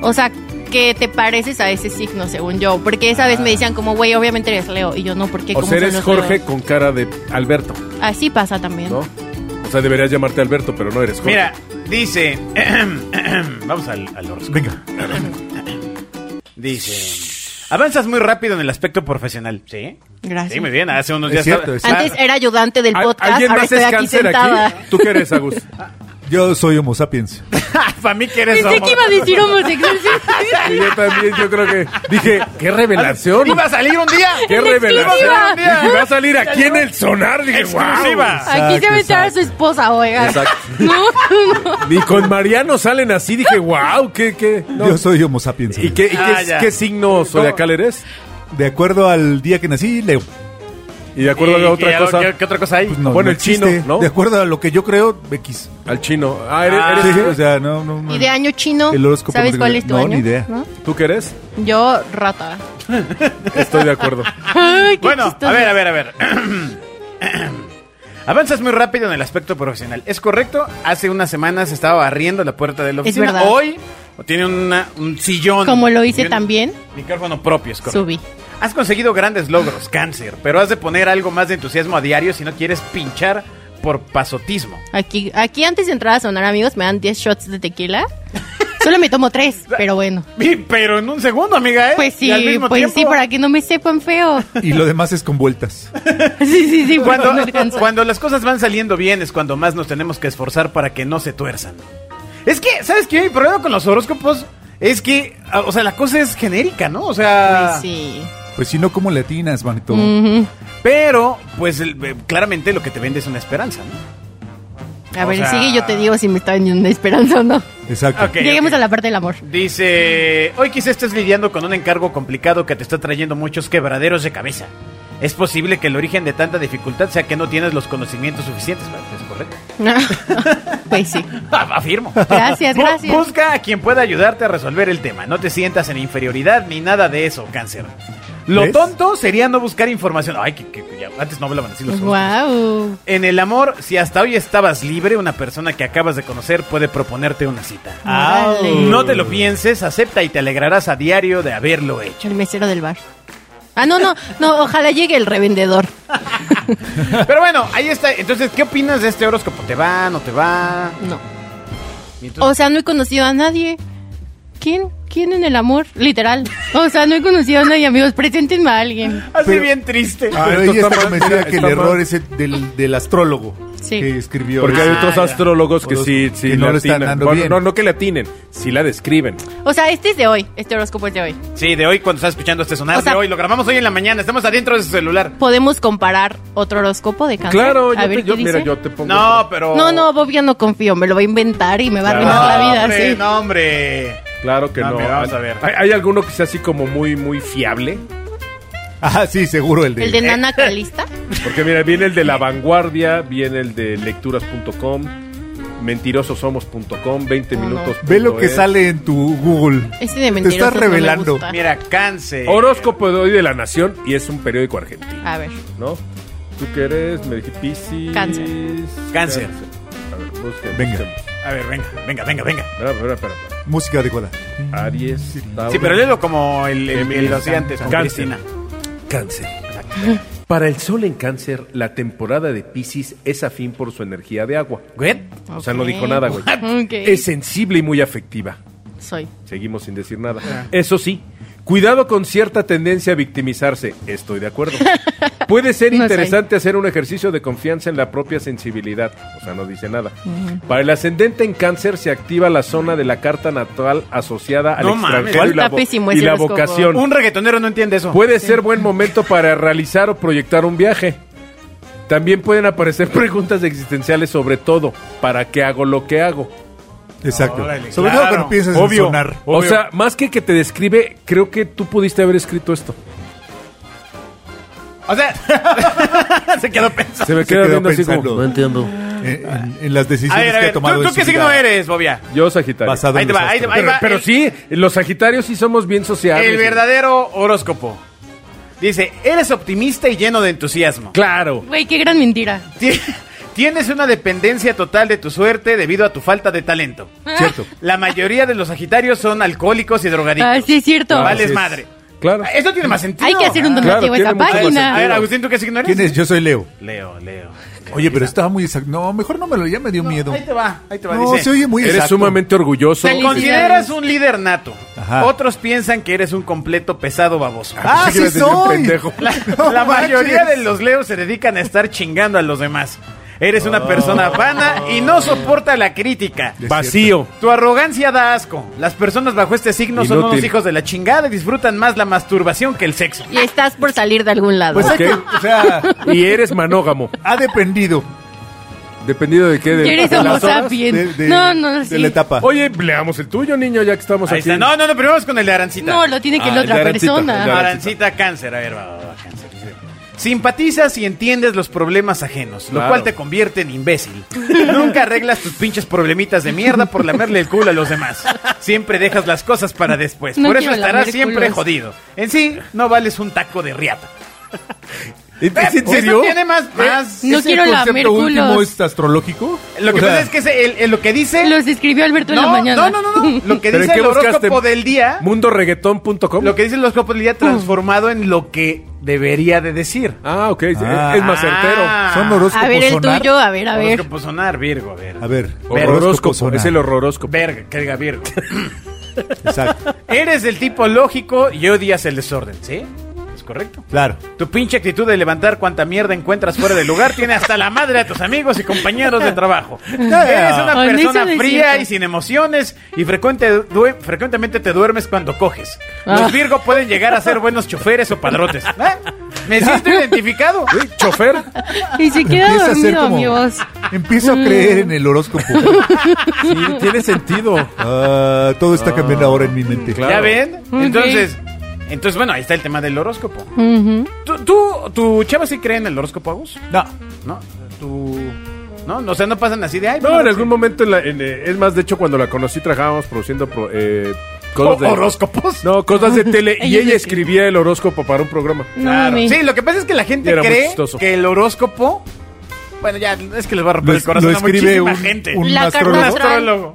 [SPEAKER 4] O sea, que te pareces a ese signo, según yo. Porque esa
[SPEAKER 5] Ah.
[SPEAKER 4] vez me decían como, güey, obviamente eres Leo. Y yo no, porque
[SPEAKER 5] O sea, eres Jorge con cara de Alberto,
[SPEAKER 4] Así pasa también.
[SPEAKER 5] ¿no? O sea, deberías llamarte Alberto, pero no eres Jorge.
[SPEAKER 2] Mira, dice. vamos al, al horóscopo.
[SPEAKER 3] Venga.
[SPEAKER 2] Dice. Avanzas muy rápido en el aspecto profesional. Sí.
[SPEAKER 4] Gracias.
[SPEAKER 2] Sí, muy bien. Hace unos
[SPEAKER 3] Es
[SPEAKER 2] días.
[SPEAKER 3] cierto, es
[SPEAKER 4] Antes era ayudante del
[SPEAKER 5] ¿Al-
[SPEAKER 4] podcast,
[SPEAKER 5] ¿Alguien
[SPEAKER 4] ahora
[SPEAKER 5] más
[SPEAKER 4] estoy
[SPEAKER 5] es
[SPEAKER 4] aquí
[SPEAKER 5] cáncer
[SPEAKER 4] sentada.
[SPEAKER 5] aquí? ¿Tú qué eres, Agus?
[SPEAKER 3] Yo soy Homo sapiens.
[SPEAKER 2] Para Ah, mí que eres
[SPEAKER 4] Pensé
[SPEAKER 2] homo.
[SPEAKER 4] que iba a decir homosexual.
[SPEAKER 5] Sí, yo también, yo creo que... Dije, qué revelación.
[SPEAKER 2] Iba a salir un día.
[SPEAKER 5] Qué
[SPEAKER 4] En
[SPEAKER 5] revelación.
[SPEAKER 4] exclusiva.
[SPEAKER 5] Dije, va a salir aquí en el sonar. Dije,
[SPEAKER 2] Exclusiva.
[SPEAKER 5] wow.
[SPEAKER 4] Aquí se va a entrar
[SPEAKER 3] exacto.
[SPEAKER 4] su esposa, oiga.
[SPEAKER 5] Exacto.
[SPEAKER 4] No, no.
[SPEAKER 5] Ni con Mariano salen así. Dije, wow, qué, qué. no.
[SPEAKER 3] Yo soy Homo sapiens.
[SPEAKER 5] ¿Y qué, y qué-
[SPEAKER 2] Ah, ya.
[SPEAKER 5] qué signo zodiacal eres?
[SPEAKER 3] De acuerdo al día que nací, Leo.
[SPEAKER 5] Y de acuerdo
[SPEAKER 2] ¿Y
[SPEAKER 5] a
[SPEAKER 2] qué-
[SPEAKER 5] otra cosa,
[SPEAKER 2] ¿Qué, qué otra cosa hay?
[SPEAKER 3] Pues no,
[SPEAKER 5] Bueno,
[SPEAKER 3] no
[SPEAKER 5] el chino,
[SPEAKER 3] existe.
[SPEAKER 5] ¿no?
[SPEAKER 3] De acuerdo a lo que yo creo, X.
[SPEAKER 5] al chino. Ah, eres,
[SPEAKER 2] Ah.
[SPEAKER 5] eres-
[SPEAKER 3] Sí, o sea, no, no. no.
[SPEAKER 4] Y de año chino,
[SPEAKER 3] El horóscopo
[SPEAKER 4] ¿sabes
[SPEAKER 3] no
[SPEAKER 4] cuál
[SPEAKER 3] tiene-
[SPEAKER 4] es tu
[SPEAKER 3] no,
[SPEAKER 4] año?
[SPEAKER 3] ni idea.
[SPEAKER 5] ¿Tú qué eres?
[SPEAKER 4] Yo, rata.
[SPEAKER 5] Estoy de acuerdo.
[SPEAKER 4] Ay, qué
[SPEAKER 2] Bueno,
[SPEAKER 4] chistoso.
[SPEAKER 2] a ver, a ver, a ver. Avanzas muy rápido en el aspecto profesional. ¿Es correcto? Hace unas semanas estaba barriendo la puerta de la
[SPEAKER 4] Es
[SPEAKER 2] oficina.
[SPEAKER 4] verdad.
[SPEAKER 2] Hoy tiene una- un sillón.
[SPEAKER 4] Como lo hice
[SPEAKER 2] Y un
[SPEAKER 4] también.
[SPEAKER 2] Micrófono propio, es correcto.
[SPEAKER 4] Subí.
[SPEAKER 2] Has conseguido grandes logros, cáncer, pero has de poner algo más de entusiasmo a diario si no quieres pinchar por pasotismo.
[SPEAKER 4] Aquí, aquí antes de entrar a sonar, amigos, me dan 10 shots de tequila. Solo me tomo 3, pero bueno.
[SPEAKER 2] Y- Pero en un segundo, amiga, ¿eh?
[SPEAKER 4] Pues sí,
[SPEAKER 2] Y al mismo
[SPEAKER 4] pues
[SPEAKER 2] tiempo.
[SPEAKER 4] sí, para que no me sepan feo.
[SPEAKER 3] Y lo demás es con vueltas.
[SPEAKER 4] Sí, sí, sí.
[SPEAKER 2] Cuando,
[SPEAKER 4] no alcanzo.
[SPEAKER 2] cuando las cosas van saliendo bien es cuando más nos tenemos que esforzar para que no se tuerzan. Es que, ¿sabes qué? Mi problema con los horóscopos es que, ah, o sea, la cosa es genérica, ¿no? O sea,
[SPEAKER 4] Pues sí.
[SPEAKER 3] Pues si no, como latinas, manito.
[SPEAKER 4] Ujú.
[SPEAKER 2] pero, pues el- eh, claramente lo que te vende es una esperanza, ¿no?
[SPEAKER 4] A
[SPEAKER 2] O
[SPEAKER 4] ver,
[SPEAKER 2] sea-
[SPEAKER 4] sigue, yo te digo si me está vendiendo una esperanza o no.
[SPEAKER 3] Exacto.
[SPEAKER 2] Ok,
[SPEAKER 4] Lleguemos
[SPEAKER 2] ok.
[SPEAKER 4] a la parte del amor.
[SPEAKER 2] Dice, hoy quizá estés lidiando con un encargo complicado que te está trayendo muchos quebraderos de cabeza. Es posible que el origen de tanta dificultad sea que no tienes los conocimientos suficientes. ¿Es correcto?
[SPEAKER 4] pues sí.
[SPEAKER 2] Ah, Afirmo.
[SPEAKER 4] Gracias,
[SPEAKER 2] Bu-
[SPEAKER 4] gracias.
[SPEAKER 2] Busca a quien pueda ayudarte a resolver el tema. No te sientas en inferioridad ni nada de eso, cáncer. Lo
[SPEAKER 3] ¿Ves?
[SPEAKER 2] tonto sería no buscar información. Ay, que, que- que ya, antes no hablaban así los hombres.
[SPEAKER 4] Wow.
[SPEAKER 2] En el amor, si hasta hoy estabas libre, una persona que acabas de conocer puede proponerte una cita.
[SPEAKER 4] Órale.
[SPEAKER 2] No te lo pienses, acepta y te alegrarás a diario de haberlo hecho.
[SPEAKER 4] El mesero del bar. Ah, no, no, no, ojalá llegue el revendedor.
[SPEAKER 2] Pero bueno, ahí está. Entonces, ¿qué opinas de este horóscopo? ¿Te va? ¿No te va?
[SPEAKER 4] No.
[SPEAKER 2] Y entonces-
[SPEAKER 4] O sea, no he conocido a nadie. ¿Quién? ¿Quién en el amor? Literal. O sea, no he conocido a nadie, amigos. Preséntenme a alguien.
[SPEAKER 2] así
[SPEAKER 3] pero-
[SPEAKER 2] bien triste.
[SPEAKER 5] Ah,
[SPEAKER 3] Pero ella
[SPEAKER 5] esto está
[SPEAKER 3] está
[SPEAKER 5] mal,
[SPEAKER 3] convencida
[SPEAKER 5] mira,
[SPEAKER 3] que el
[SPEAKER 5] está mal.
[SPEAKER 3] error es el del, del astrólogo
[SPEAKER 4] Sí.
[SPEAKER 3] que escribió.
[SPEAKER 5] Porque hay
[SPEAKER 3] eso.
[SPEAKER 5] otros
[SPEAKER 2] ya.
[SPEAKER 5] astrólogos que
[SPEAKER 3] Otros
[SPEAKER 5] sí,
[SPEAKER 3] que
[SPEAKER 5] sí
[SPEAKER 3] no
[SPEAKER 5] le
[SPEAKER 3] le están
[SPEAKER 5] atinan.
[SPEAKER 3] dando
[SPEAKER 5] Bueno,
[SPEAKER 3] bien.
[SPEAKER 5] No, no que le atinen, sí la describen.
[SPEAKER 4] O sea, este es de hoy. Este horóscopo es de hoy.
[SPEAKER 2] Sí, de hoy cuando estás escuchando este sonar
[SPEAKER 4] O sea-
[SPEAKER 2] de hoy. Lo grabamos hoy en la mañana. Estamos adentro de su celular.
[SPEAKER 4] Podemos comparar otro horóscopo de cáncer.
[SPEAKER 5] Claro,
[SPEAKER 4] a
[SPEAKER 5] yo,
[SPEAKER 4] ver
[SPEAKER 5] te, yo-
[SPEAKER 4] qué
[SPEAKER 5] mira,
[SPEAKER 4] dice.
[SPEAKER 5] yo te pongo...
[SPEAKER 2] No, pero... Ah,
[SPEAKER 4] No, no, Bob ya no confío. Me lo va a inventar y me va a
[SPEAKER 5] Claro.
[SPEAKER 4] arruinar la vida.
[SPEAKER 2] hombre,
[SPEAKER 4] sí.
[SPEAKER 2] No, hombre.
[SPEAKER 5] Claro que
[SPEAKER 2] No,
[SPEAKER 5] no.
[SPEAKER 2] mira, vamos a ver.
[SPEAKER 5] ¿Hay, hay alguno que sea así como muy, muy fiable?
[SPEAKER 3] Ah, sí, seguro el de.
[SPEAKER 4] El de Nana Calista.
[SPEAKER 5] Porque mira, viene el de La Vanguardia, viene el de lecturas.com, mentirososomos.com, 20
[SPEAKER 4] No, no.
[SPEAKER 5] minutos.
[SPEAKER 3] Ve lo que sale en tu Google.
[SPEAKER 4] Este de
[SPEAKER 3] Te
[SPEAKER 4] mentirosos
[SPEAKER 3] estás
[SPEAKER 4] no me
[SPEAKER 3] revelando.
[SPEAKER 4] gusta.
[SPEAKER 2] Mira, cáncer.
[SPEAKER 5] Horóscopo de hoy de la Nación y es un periódico argentino,
[SPEAKER 4] A ver.
[SPEAKER 5] ¿no? ¿Tú qué eres? Me dije Piscis.
[SPEAKER 4] Cáncer.
[SPEAKER 2] Cáncer.
[SPEAKER 5] A ver, busquen,
[SPEAKER 3] Venga.
[SPEAKER 5] busquen.
[SPEAKER 2] A ver, venga, venga, venga, venga.
[SPEAKER 5] Espera, espera, espera, espera.
[SPEAKER 3] Música adecuada.
[SPEAKER 5] Aries, Tauro.
[SPEAKER 2] Sí, pero léelo como el, el, el,
[SPEAKER 5] Cáncer.
[SPEAKER 2] hacía antes, con
[SPEAKER 5] Cáncer.
[SPEAKER 2] Cristina.
[SPEAKER 5] Cáncer. Para el sol en cáncer, la temporada de Piscis es afín por su energía de agua.
[SPEAKER 2] ¿Güey?
[SPEAKER 5] O sea, no
[SPEAKER 4] Ok.
[SPEAKER 5] dijo nada, güey.
[SPEAKER 4] Ok.
[SPEAKER 5] Es sensible y muy afectiva.
[SPEAKER 4] Soy.
[SPEAKER 5] Seguimos sin decir nada. Eso sí, cuidado con cierta tendencia a victimizarse. Estoy de acuerdo. Puede ser
[SPEAKER 4] No sé.
[SPEAKER 5] interesante hacer un ejercicio de confianza en la propia sensibilidad. O sea, no dice nada. Para el ascendente en cáncer se activa la zona de la carta natal asociada al
[SPEAKER 2] No mames,
[SPEAKER 5] extranjero y
[SPEAKER 4] está
[SPEAKER 5] la, vo-
[SPEAKER 4] pésimo
[SPEAKER 5] y
[SPEAKER 4] ese
[SPEAKER 5] la
[SPEAKER 4] horóscopo.
[SPEAKER 5] vocación.
[SPEAKER 2] Un reggaetonero no entiende eso.
[SPEAKER 5] Puede ser buen momento para realizar o proyectar un viaje. También pueden aparecer preguntas existenciales sobre todo, ¿para qué hago lo que hago?
[SPEAKER 3] Exacto.
[SPEAKER 2] Órale,
[SPEAKER 3] Sobre
[SPEAKER 2] claro.
[SPEAKER 3] todo cuando piensas en sonar.
[SPEAKER 5] O sea, más que que te describe, creo que tú pudiste haber escrito esto.
[SPEAKER 2] O sea, se quedó pensando.
[SPEAKER 5] Se me
[SPEAKER 3] Se
[SPEAKER 5] queda
[SPEAKER 3] quedó
[SPEAKER 5] viendo así
[SPEAKER 3] pensando.
[SPEAKER 5] como,
[SPEAKER 3] No
[SPEAKER 5] entiendo.
[SPEAKER 3] En, en- en las
[SPEAKER 2] A
[SPEAKER 3] decisiones
[SPEAKER 2] ver, a
[SPEAKER 3] que ha
[SPEAKER 2] ver, ¿tú,
[SPEAKER 3] tomado.
[SPEAKER 2] tú
[SPEAKER 3] en
[SPEAKER 2] qué
[SPEAKER 3] su
[SPEAKER 2] signo
[SPEAKER 3] vida.
[SPEAKER 2] eres, Bobia?
[SPEAKER 5] Yo Sagitario.
[SPEAKER 3] Basado
[SPEAKER 2] Ahí
[SPEAKER 3] en
[SPEAKER 2] te
[SPEAKER 3] los
[SPEAKER 2] va, ahí te va, ahí
[SPEAKER 5] pero,
[SPEAKER 2] va.
[SPEAKER 5] pero
[SPEAKER 2] el-
[SPEAKER 5] sí, los Sagitarios sí somos bien sociables.
[SPEAKER 2] El verdadero horóscopo. Dice, eres optimista y lleno de entusiasmo.
[SPEAKER 5] Claro.
[SPEAKER 4] Güey, qué gran mentira.
[SPEAKER 2] Ti- Tienes una dependencia total de tu suerte debido a tu falta de talento.
[SPEAKER 4] Ah.
[SPEAKER 3] Cierto.
[SPEAKER 2] La mayoría de los sagitarios son alcohólicos y drogadictos.
[SPEAKER 4] Ah, sí, es cierto.
[SPEAKER 2] Vales
[SPEAKER 5] Así es.
[SPEAKER 2] madre.
[SPEAKER 5] Claro.
[SPEAKER 2] Eso tiene más sentido.
[SPEAKER 3] Ah,
[SPEAKER 4] Hay que hacer un
[SPEAKER 5] Claro,
[SPEAKER 4] donativo
[SPEAKER 5] tiene
[SPEAKER 4] a esa
[SPEAKER 5] mucho más
[SPEAKER 2] A ver,
[SPEAKER 4] página.
[SPEAKER 5] sentido.
[SPEAKER 2] Agustín, ¿tú qué signo eres?
[SPEAKER 3] ¿Quién es? Yo soy Leo.
[SPEAKER 2] Leo, Leo.
[SPEAKER 3] Oye, pero estaba muy exacto. No, mejor no me lo, ya me dio miedo.
[SPEAKER 2] Ahí te va, ahí te va.
[SPEAKER 3] No,
[SPEAKER 2] dice,
[SPEAKER 3] se oye muy
[SPEAKER 5] Eres
[SPEAKER 3] exacto.
[SPEAKER 5] sumamente orgulloso.
[SPEAKER 4] Feliz.
[SPEAKER 2] Consideras un líder nato.
[SPEAKER 3] Ajá.
[SPEAKER 2] Otros piensan que eres un completo pesado baboso.
[SPEAKER 3] Ah,
[SPEAKER 5] Pensé que
[SPEAKER 3] sí
[SPEAKER 5] ibas a decir
[SPEAKER 3] soy.
[SPEAKER 5] pendejo.
[SPEAKER 2] La,
[SPEAKER 3] No
[SPEAKER 2] la mayoría
[SPEAKER 3] manches.
[SPEAKER 2] de los leos se dedican a estar chingando a los demás. Eres
[SPEAKER 3] Oh.
[SPEAKER 2] una persona vana y no soporta la crítica.
[SPEAKER 3] Es
[SPEAKER 5] Vacío.
[SPEAKER 2] Tu arrogancia da asco. Las personas bajo este signo son
[SPEAKER 5] Inútil.
[SPEAKER 2] unos hijos de la chingada y disfrutan más la masturbación que el sexo.
[SPEAKER 4] Y estás por salir de algún lado.
[SPEAKER 3] Pues hay que,
[SPEAKER 5] Ok.
[SPEAKER 3] o sea,
[SPEAKER 5] Y eres manógamo.
[SPEAKER 3] ha dependido
[SPEAKER 5] Dependido de qué. De,
[SPEAKER 4] Eres
[SPEAKER 5] de
[SPEAKER 4] homo
[SPEAKER 5] las horas.
[SPEAKER 4] sapiens. Bien.
[SPEAKER 3] de, de-
[SPEAKER 4] No, no, sí.
[SPEAKER 3] de la etapa.
[SPEAKER 5] Oye, leamos el tuyo, niño, ya que estamos
[SPEAKER 2] Ahí
[SPEAKER 5] aquí.
[SPEAKER 2] está. No, no, no, primero vamos con el de Arancita.
[SPEAKER 4] no, lo tiene que
[SPEAKER 5] Ah,
[SPEAKER 4] la otra
[SPEAKER 5] ya era tita, ya
[SPEAKER 4] persona.
[SPEAKER 5] era-
[SPEAKER 2] Arancita cáncer, a ver, va, va, va, cáncer. dice. Simpatizas y entiendes los problemas ajenos, lo
[SPEAKER 5] Claro.
[SPEAKER 2] cual te convierte en imbécil. Nunca arreglas tus pinches problemitas de mierda por lamerle el culo a los demás. Siempre dejas las cosas para después.
[SPEAKER 4] No
[SPEAKER 2] por eso
[SPEAKER 4] quiero
[SPEAKER 2] estarás
[SPEAKER 4] lamer
[SPEAKER 2] siempre
[SPEAKER 4] culos.
[SPEAKER 2] jodido. En sí, no vales un taco de riata.
[SPEAKER 5] ¿Es en
[SPEAKER 2] eh, Esto
[SPEAKER 5] serio?
[SPEAKER 2] tiene más, más-
[SPEAKER 4] ¿Eh? No
[SPEAKER 3] ¿Ese
[SPEAKER 4] quiero lamer
[SPEAKER 3] concepto último
[SPEAKER 4] culos.
[SPEAKER 5] este
[SPEAKER 3] es astrológico?
[SPEAKER 2] Lo que
[SPEAKER 3] O sea,
[SPEAKER 2] pasa es que ese- el- el- lo que dice...
[SPEAKER 4] Los escribió Alberto en la
[SPEAKER 2] no,
[SPEAKER 4] mañana.
[SPEAKER 2] no, no, no, no. Lo que
[SPEAKER 5] ¿Pero en
[SPEAKER 2] dice
[SPEAKER 5] qué
[SPEAKER 2] el horóscopo
[SPEAKER 5] buscaste?
[SPEAKER 2] del día...
[SPEAKER 5] Mundoreggaetón.com.
[SPEAKER 2] Lo que dice el horóscopo del día
[SPEAKER 4] Mm.
[SPEAKER 2] transformado en lo que debería de decir.
[SPEAKER 5] Ah, ok. es-
[SPEAKER 3] Ah.
[SPEAKER 5] es más certero.
[SPEAKER 2] Ah.
[SPEAKER 3] Son horóscopos
[SPEAKER 4] A ver el
[SPEAKER 3] sonar.
[SPEAKER 4] tuyo, a ver, a ver.
[SPEAKER 2] Horóscopo sonar, Virgo, a ver.
[SPEAKER 3] A ver,
[SPEAKER 5] Horroróscopo.
[SPEAKER 3] sonar.
[SPEAKER 5] Es el horroróscopo.
[SPEAKER 2] Verga, que diga Virgo.
[SPEAKER 3] Exacto,
[SPEAKER 2] Eres del tipo lógico y odias el desorden, ¿sí? Es correcto.
[SPEAKER 3] claro.
[SPEAKER 2] Tu pinche actitud de levantar cuanta mierda encuentras fuera del lugar tiene hasta la madre a tus amigos y compañeros de trabajo. Eres una
[SPEAKER 4] Ay, no, eso
[SPEAKER 2] persona
[SPEAKER 4] no es
[SPEAKER 2] fría
[SPEAKER 4] cierto.
[SPEAKER 2] y sin emociones y frecuente due- frecuentemente te duermes cuando coges. Los
[SPEAKER 4] Ah.
[SPEAKER 2] Virgo pueden llegar a ser buenos choferes o padrotes. ¿Eh? Me siento identificado.
[SPEAKER 5] Uy, Chofer.
[SPEAKER 4] Y se queda
[SPEAKER 3] Empieza a ser
[SPEAKER 4] dormido,
[SPEAKER 3] como...
[SPEAKER 4] amigos. Mm.
[SPEAKER 3] Empiezo a creer en el horóscopo.
[SPEAKER 5] Sí, tiene sentido. Ah,
[SPEAKER 3] Ah, todo está cambiando ahora en mi mente.
[SPEAKER 5] Claro.
[SPEAKER 2] ¿Ya ven?
[SPEAKER 4] Ok.
[SPEAKER 2] Entonces, entonces, bueno, ahí está el tema del horóscopo.
[SPEAKER 4] Ujú.
[SPEAKER 2] ¿Tú, tú, tu chava sí cree en el horóscopo, Agus?
[SPEAKER 3] No,
[SPEAKER 2] ¿No? ¿Tú...? ¿No? O sea, no pasan así de... Ay,
[SPEAKER 5] No,
[SPEAKER 2] mira,
[SPEAKER 5] en
[SPEAKER 2] sí.
[SPEAKER 5] algún momento, en la- en, eh, es más, de hecho, cuando la conocí trabajábamos produciendo pro- eh,
[SPEAKER 2] ¿Hor-
[SPEAKER 5] cosas de,
[SPEAKER 2] ¿Horóscopos?
[SPEAKER 5] no, cosas de tele y
[SPEAKER 4] Ellos
[SPEAKER 5] ella
[SPEAKER 4] escriben.
[SPEAKER 5] escribía el horóscopo para un programa.
[SPEAKER 4] No,
[SPEAKER 2] Claro.
[SPEAKER 4] mami.
[SPEAKER 2] Sí, lo que pasa es que la gente
[SPEAKER 5] Y era muy
[SPEAKER 2] cree
[SPEAKER 5] chistoso.
[SPEAKER 2] que el horóscopo... Bueno, ya, es que les va a romper
[SPEAKER 3] Lo
[SPEAKER 2] el corazón
[SPEAKER 3] es-
[SPEAKER 2] a
[SPEAKER 3] lo escribe
[SPEAKER 2] muchísima
[SPEAKER 3] un-
[SPEAKER 2] gente.
[SPEAKER 3] un
[SPEAKER 4] La carta
[SPEAKER 3] astrólogo.
[SPEAKER 4] astral.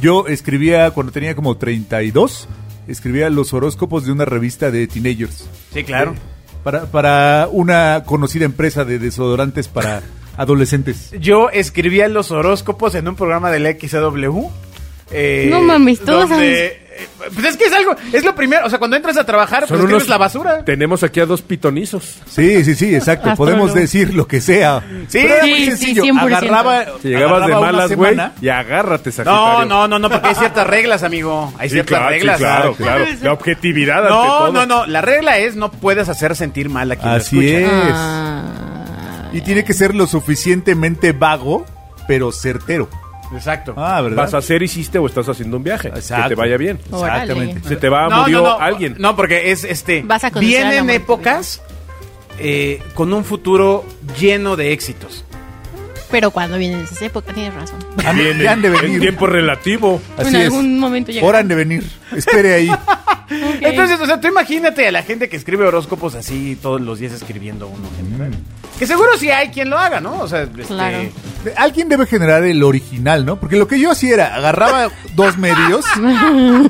[SPEAKER 3] Yo escribía cuando tenía como 32, escribía los horóscopos de una revista de teenagers. Eh,
[SPEAKER 2] Sí, claro.
[SPEAKER 3] Para, para una conocida empresa de desodorantes para adolescentes.
[SPEAKER 2] Yo escribía los horóscopos en un programa de la XW. eh,
[SPEAKER 4] No mames, todos
[SPEAKER 2] donde- eh, Pues es que es algo, es lo primero, o sea, cuando entras a trabajar, pues escribes la basura.
[SPEAKER 5] Tenemos aquí a dos pitonizos.
[SPEAKER 3] Sí, sí, sí, exacto.
[SPEAKER 4] Astrólogo.
[SPEAKER 3] Podemos decir lo que sea.
[SPEAKER 2] Sí,
[SPEAKER 3] Pero era
[SPEAKER 4] sí,
[SPEAKER 3] muy
[SPEAKER 4] sí,
[SPEAKER 3] sencillo.
[SPEAKER 4] 100%.
[SPEAKER 3] Agarraba,
[SPEAKER 5] Si llegabas de
[SPEAKER 3] agarraba una
[SPEAKER 5] malas, güey,
[SPEAKER 3] semana.
[SPEAKER 5] y agárrate,
[SPEAKER 2] No,
[SPEAKER 5] Sagitario.
[SPEAKER 2] no, no, no, porque hay ciertas reglas, amigo. Hay
[SPEAKER 5] Sí,
[SPEAKER 2] ciertas
[SPEAKER 5] claro, sí,
[SPEAKER 2] reglas.
[SPEAKER 5] claro,
[SPEAKER 2] ¿sabes?
[SPEAKER 5] claro. La objetividad ante
[SPEAKER 2] No,
[SPEAKER 5] todo.
[SPEAKER 2] no, no. La regla es no puedes hacer sentir mal a quien lo
[SPEAKER 3] Así
[SPEAKER 2] escucha.
[SPEAKER 3] es.
[SPEAKER 4] Ah.
[SPEAKER 3] Y tiene que ser lo suficientemente vago, pero certero.
[SPEAKER 2] Exacto.
[SPEAKER 3] Ah, ¿verdad?
[SPEAKER 5] Vas a hacer, hiciste o estás haciendo un viaje.
[SPEAKER 3] Exacto.
[SPEAKER 5] Que te vaya bien.
[SPEAKER 4] Órale.
[SPEAKER 3] Exactamente.
[SPEAKER 5] Se te va, Ah, murió alguien.
[SPEAKER 2] No, porque es este.
[SPEAKER 4] Vas a conocer al
[SPEAKER 2] vienen
[SPEAKER 4] amor de tu
[SPEAKER 2] épocas eh, con un futuro lleno de éxitos.
[SPEAKER 4] Pero cuando vienen esas épocas, tienes razón.
[SPEAKER 3] Han-
[SPEAKER 5] Viene
[SPEAKER 3] ya han de venir.
[SPEAKER 5] en tiempo relativo.
[SPEAKER 3] Así
[SPEAKER 4] en
[SPEAKER 3] es.
[SPEAKER 4] algún momento llega.
[SPEAKER 3] Hora han de venir. Espere ahí.
[SPEAKER 4] Ok.
[SPEAKER 2] Entonces, o sea, tú imagínate a la gente que escribe horóscopos así todos los días escribiendo uno. general.
[SPEAKER 5] Mm.
[SPEAKER 2] Que seguro sí hay quien lo haga, ¿no? O sea, este,
[SPEAKER 4] Claro.
[SPEAKER 3] Alguien debe generar el original, ¿no? Porque lo que yo hacía era agarraba dos medios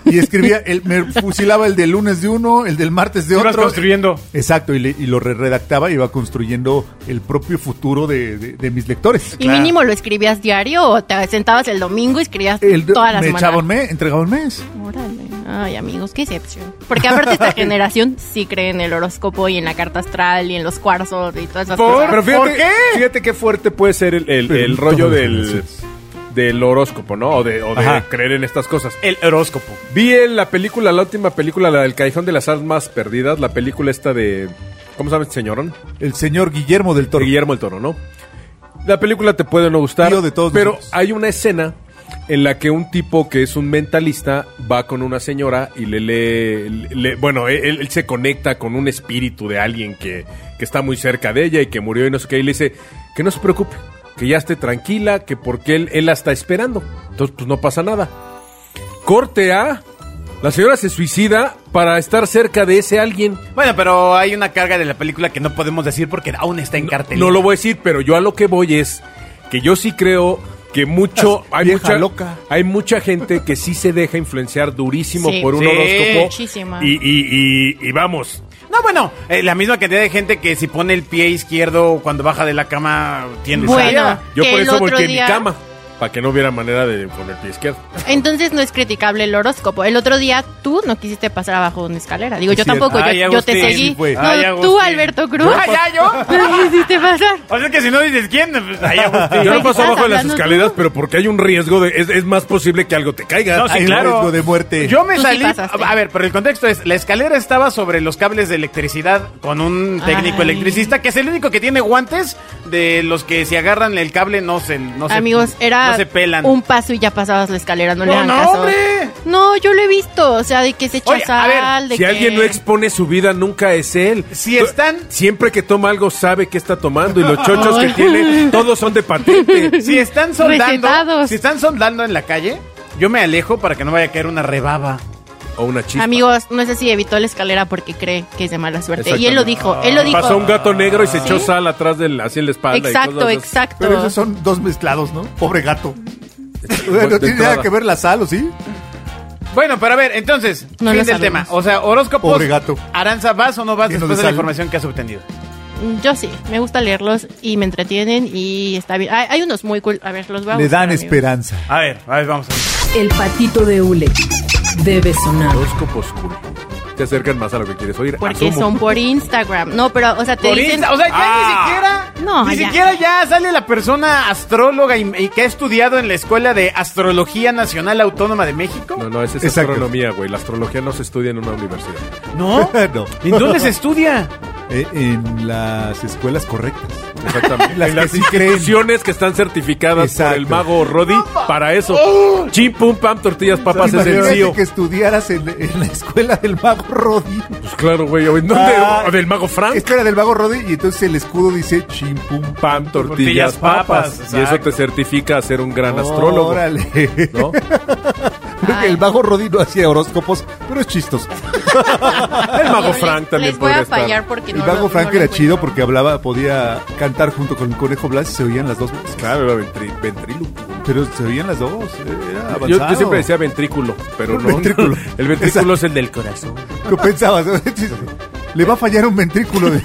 [SPEAKER 3] y escribía, el, me fusilaba el del lunes de uno, el del martes de
[SPEAKER 2] tú vas
[SPEAKER 3] otro.
[SPEAKER 2] construyendo.
[SPEAKER 3] Exacto, y, le- y lo redactaba y iba construyendo el propio futuro de, de- de mis lectores.
[SPEAKER 4] ¿Y mínimo lo escribías diario o te sentabas el domingo y escribías
[SPEAKER 3] El-
[SPEAKER 4] toda la
[SPEAKER 3] me
[SPEAKER 4] semana?
[SPEAKER 3] echaba un mes, entregaba un mes.
[SPEAKER 4] Órale. Ay, amigos, qué excepción. Porque aparte esta generación sí cree en el horóscopo y en la carta astral y en los cuarzos y todas esas cosas.
[SPEAKER 5] Pero fíjate,
[SPEAKER 2] ¿Por qué?
[SPEAKER 5] Fíjate qué fuerte puede ser el, el-
[SPEAKER 3] Pero
[SPEAKER 5] el rollo
[SPEAKER 3] todas las
[SPEAKER 5] del,
[SPEAKER 3] generaciones.
[SPEAKER 5] del horóscopo, ¿no? O de, o de
[SPEAKER 3] Ajá.
[SPEAKER 5] creer en estas cosas.
[SPEAKER 2] El horóscopo.
[SPEAKER 5] Vi en la película, la última película, la del Callejón de las Almas Perdidas, la película esta de... ¿Cómo se llama este señorón?
[SPEAKER 3] El señor Guillermo del Toro.
[SPEAKER 5] De Guillermo el Toro, ¿no? La película te puede no gustar,
[SPEAKER 3] Tío de todos
[SPEAKER 5] pero
[SPEAKER 3] nosotros.
[SPEAKER 5] hay una escena en la que un tipo que es un mentalista va con una señora y le lee... le- bueno, él, él se conecta con un espíritu de alguien que, que está muy cerca de ella y que murió y no sé qué, y le dice que no se preocupe, que ya esté tranquila, que porque él, él la está esperando. Entonces, pues no pasa nada. Corte A, la señora se suicida para estar cerca de ese alguien.
[SPEAKER 2] Bueno, pero hay una carga de la película que no podemos decir porque aún está en cartelera.
[SPEAKER 5] No lo voy a decir, pero yo a lo que voy es que yo sí creo que mucho hay
[SPEAKER 3] Vieja
[SPEAKER 5] mucha
[SPEAKER 3] loca.
[SPEAKER 5] hay mucha gente que sí se deja influenciar durísimo
[SPEAKER 4] Sí.
[SPEAKER 5] por un
[SPEAKER 2] Sí.
[SPEAKER 5] horóscopo
[SPEAKER 4] Muchísima.
[SPEAKER 5] y, y- y- y vamos
[SPEAKER 2] No, bueno, eh, la misma cantidad de gente que si pone el pie izquierdo cuando baja de la cama tiene esa
[SPEAKER 4] Bueno.
[SPEAKER 2] idea.
[SPEAKER 5] Yo
[SPEAKER 4] Que
[SPEAKER 5] por
[SPEAKER 4] el
[SPEAKER 5] eso
[SPEAKER 4] otro
[SPEAKER 5] volteé
[SPEAKER 4] día-
[SPEAKER 5] mi cama, para que no hubiera manera de poner pie izquierdo.
[SPEAKER 4] Entonces no es criticable el horóscopo. El otro día tú no quisiste pasar abajo de una escalera. Digo,
[SPEAKER 3] Es
[SPEAKER 4] yo
[SPEAKER 3] cierto.
[SPEAKER 4] tampoco, yo-
[SPEAKER 2] Ay,
[SPEAKER 4] yo, te
[SPEAKER 2] Agustín,
[SPEAKER 4] seguí.
[SPEAKER 3] fue.
[SPEAKER 4] No,
[SPEAKER 2] Ay,
[SPEAKER 4] tú,
[SPEAKER 2] Agustín.
[SPEAKER 4] Alberto Cruz.
[SPEAKER 2] Ah, ya, yo.
[SPEAKER 4] No quisiste pasar.
[SPEAKER 2] O sea que si no dices quién, pues, ahí Agustín.
[SPEAKER 5] Yo no
[SPEAKER 4] Ay,
[SPEAKER 5] paso
[SPEAKER 4] ¿estás
[SPEAKER 5] abajo de las
[SPEAKER 4] hablando
[SPEAKER 5] escaleras,
[SPEAKER 4] tú?
[SPEAKER 5] pero porque hay un riesgo de. Es, es más posible que algo te caiga.
[SPEAKER 2] No, sí,
[SPEAKER 3] Hay un
[SPEAKER 2] claro.
[SPEAKER 3] riesgo de muerte.
[SPEAKER 2] Yo me
[SPEAKER 4] Tú sí
[SPEAKER 2] salí.
[SPEAKER 4] pasaste.
[SPEAKER 2] a ver, pero el contexto es: la escalera estaba sobre los cables de electricidad con un técnico
[SPEAKER 4] Ah. Ay.
[SPEAKER 2] electricista que es el único que tiene guantes de los que si agarran el cable no se. No se-
[SPEAKER 4] Amigos, era
[SPEAKER 2] No se pelan.
[SPEAKER 4] un paso y ya pasabas la escalera, no, le
[SPEAKER 2] No,
[SPEAKER 4] hagan
[SPEAKER 2] no,
[SPEAKER 4] caso.
[SPEAKER 2] hombre.
[SPEAKER 4] No, yo lo he visto, o sea, de que se echa
[SPEAKER 2] Oye, a ver,
[SPEAKER 4] sal, de
[SPEAKER 5] Si
[SPEAKER 4] que-
[SPEAKER 5] alguien no expone su vida, nunca es él.
[SPEAKER 2] Si
[SPEAKER 5] Tú-
[SPEAKER 2] están-
[SPEAKER 5] Siempre que toma algo, sabe qué está tomando. Y los chochos que tiene, todos son de patente.
[SPEAKER 2] Si están soldando.
[SPEAKER 4] Recetados.
[SPEAKER 2] Si están soldando en la calle, yo me alejo para que no vaya a caer una rebaba.
[SPEAKER 5] O una chispa.
[SPEAKER 4] Amigos, no sé si evitó la escalera porque cree que es de mala suerte. Y él lo dijo, él lo dijo.
[SPEAKER 5] Pasó un gato negro y se
[SPEAKER 4] ¿Sí?
[SPEAKER 5] echó sal atrás de la, así en la espalda. y
[SPEAKER 4] Exacto,
[SPEAKER 5] cosas así.
[SPEAKER 4] exacto.
[SPEAKER 3] Pero esos son dos mezclados, ¿no? Pobre gato.
[SPEAKER 5] Bueno,
[SPEAKER 3] no tiene
[SPEAKER 5] de
[SPEAKER 3] nada
[SPEAKER 5] entrada.
[SPEAKER 3] que ver la sal, ¿o sí?
[SPEAKER 2] Bueno, pero a ver, entonces,
[SPEAKER 4] No
[SPEAKER 2] fin
[SPEAKER 4] lo
[SPEAKER 2] del
[SPEAKER 4] sabemos.
[SPEAKER 2] tema. O sea, horóscopos.
[SPEAKER 3] Pobre gato.
[SPEAKER 2] Aranza, ¿vas o no vas
[SPEAKER 3] Lleno de
[SPEAKER 2] después de la
[SPEAKER 3] sal.
[SPEAKER 2] información que has obtenido?
[SPEAKER 4] Yo sí, me gusta leerlos y me entretienen y está bien. Hay, hay unos muy cool, a ver, los voy a
[SPEAKER 3] Le
[SPEAKER 4] buscar,
[SPEAKER 3] dan
[SPEAKER 4] amigos.
[SPEAKER 3] esperanza.
[SPEAKER 2] A ver, a ver, vamos a ver.
[SPEAKER 1] El patito de hule debe sonar.
[SPEAKER 5] Horóscopo oscuro. Te acercan más a lo que quieres oír.
[SPEAKER 4] Porque
[SPEAKER 5] asumo.
[SPEAKER 4] son por Instagram. No, pero, o sea, te
[SPEAKER 2] Por
[SPEAKER 4] dicen...
[SPEAKER 2] Insta, o sea, ya
[SPEAKER 5] Ah.
[SPEAKER 2] ni siquiera.
[SPEAKER 4] No,
[SPEAKER 2] ni
[SPEAKER 4] ya.
[SPEAKER 2] siquiera ya sale la persona astróloga y, y que ha estudiado en la Escuela de Astrología Nacional Autónoma de México.
[SPEAKER 5] No, no, esa es
[SPEAKER 3] Exacto.
[SPEAKER 5] astronomía, güey. La astrología no se estudia en una universidad.
[SPEAKER 2] ¿No?
[SPEAKER 3] No.
[SPEAKER 2] ¿En dónde se estudia?
[SPEAKER 3] Eh, en las escuelas correctas.
[SPEAKER 5] Exactamente.
[SPEAKER 3] Las
[SPEAKER 5] En
[SPEAKER 3] que
[SPEAKER 5] las
[SPEAKER 3] sí creen.
[SPEAKER 5] instituciones que están certificadas
[SPEAKER 3] Exacto.
[SPEAKER 5] por el mago Rodi para eso.
[SPEAKER 4] ¡Oh!
[SPEAKER 5] Chim, pum, pam, tortillas, papas, es el
[SPEAKER 3] Imagínate
[SPEAKER 5] CEO.
[SPEAKER 3] que estudiaras en, en la escuela del mago Rodi.
[SPEAKER 5] Pues claro, güey. ¿en ¿Dónde?
[SPEAKER 3] Ah.
[SPEAKER 5] ¿Del mago Frank?
[SPEAKER 3] Escuela del mago Rodi y entonces el escudo dice chim pum pam.
[SPEAKER 5] Pam,
[SPEAKER 2] Tortillas,
[SPEAKER 5] tortillas, papas.
[SPEAKER 2] papas,
[SPEAKER 5] Y eso
[SPEAKER 2] exacto.
[SPEAKER 5] te certifica a ser un gran astrólogo.
[SPEAKER 3] Oh, Órale.
[SPEAKER 5] ¿No?
[SPEAKER 3] Creo que
[SPEAKER 4] Ay.
[SPEAKER 3] el mago Rodi no hacía horóscopos, pero es chistoso.
[SPEAKER 5] El mago
[SPEAKER 4] Les-
[SPEAKER 5] Frank también
[SPEAKER 4] Les voy
[SPEAKER 5] podría
[SPEAKER 4] a
[SPEAKER 5] estar.
[SPEAKER 4] fallar porque
[SPEAKER 3] El
[SPEAKER 4] no
[SPEAKER 3] mago
[SPEAKER 4] lo-
[SPEAKER 3] Frank
[SPEAKER 4] no lo
[SPEAKER 3] era chido
[SPEAKER 4] encuentro.
[SPEAKER 3] porque hablaba, podía cantar junto con el conejo Blas y se oían las dos voces.
[SPEAKER 5] Claro, era ventri- ventríloco.
[SPEAKER 3] Pero se oían las dos. Era
[SPEAKER 5] Yo,
[SPEAKER 3] avanzado.
[SPEAKER 5] yo siempre decía ventrículo, pero no.
[SPEAKER 3] Ventrículo.
[SPEAKER 5] El ventrículo es el del corazón.
[SPEAKER 3] Lo pensabas. ¿no? Le va a fallar un ventrículo. de-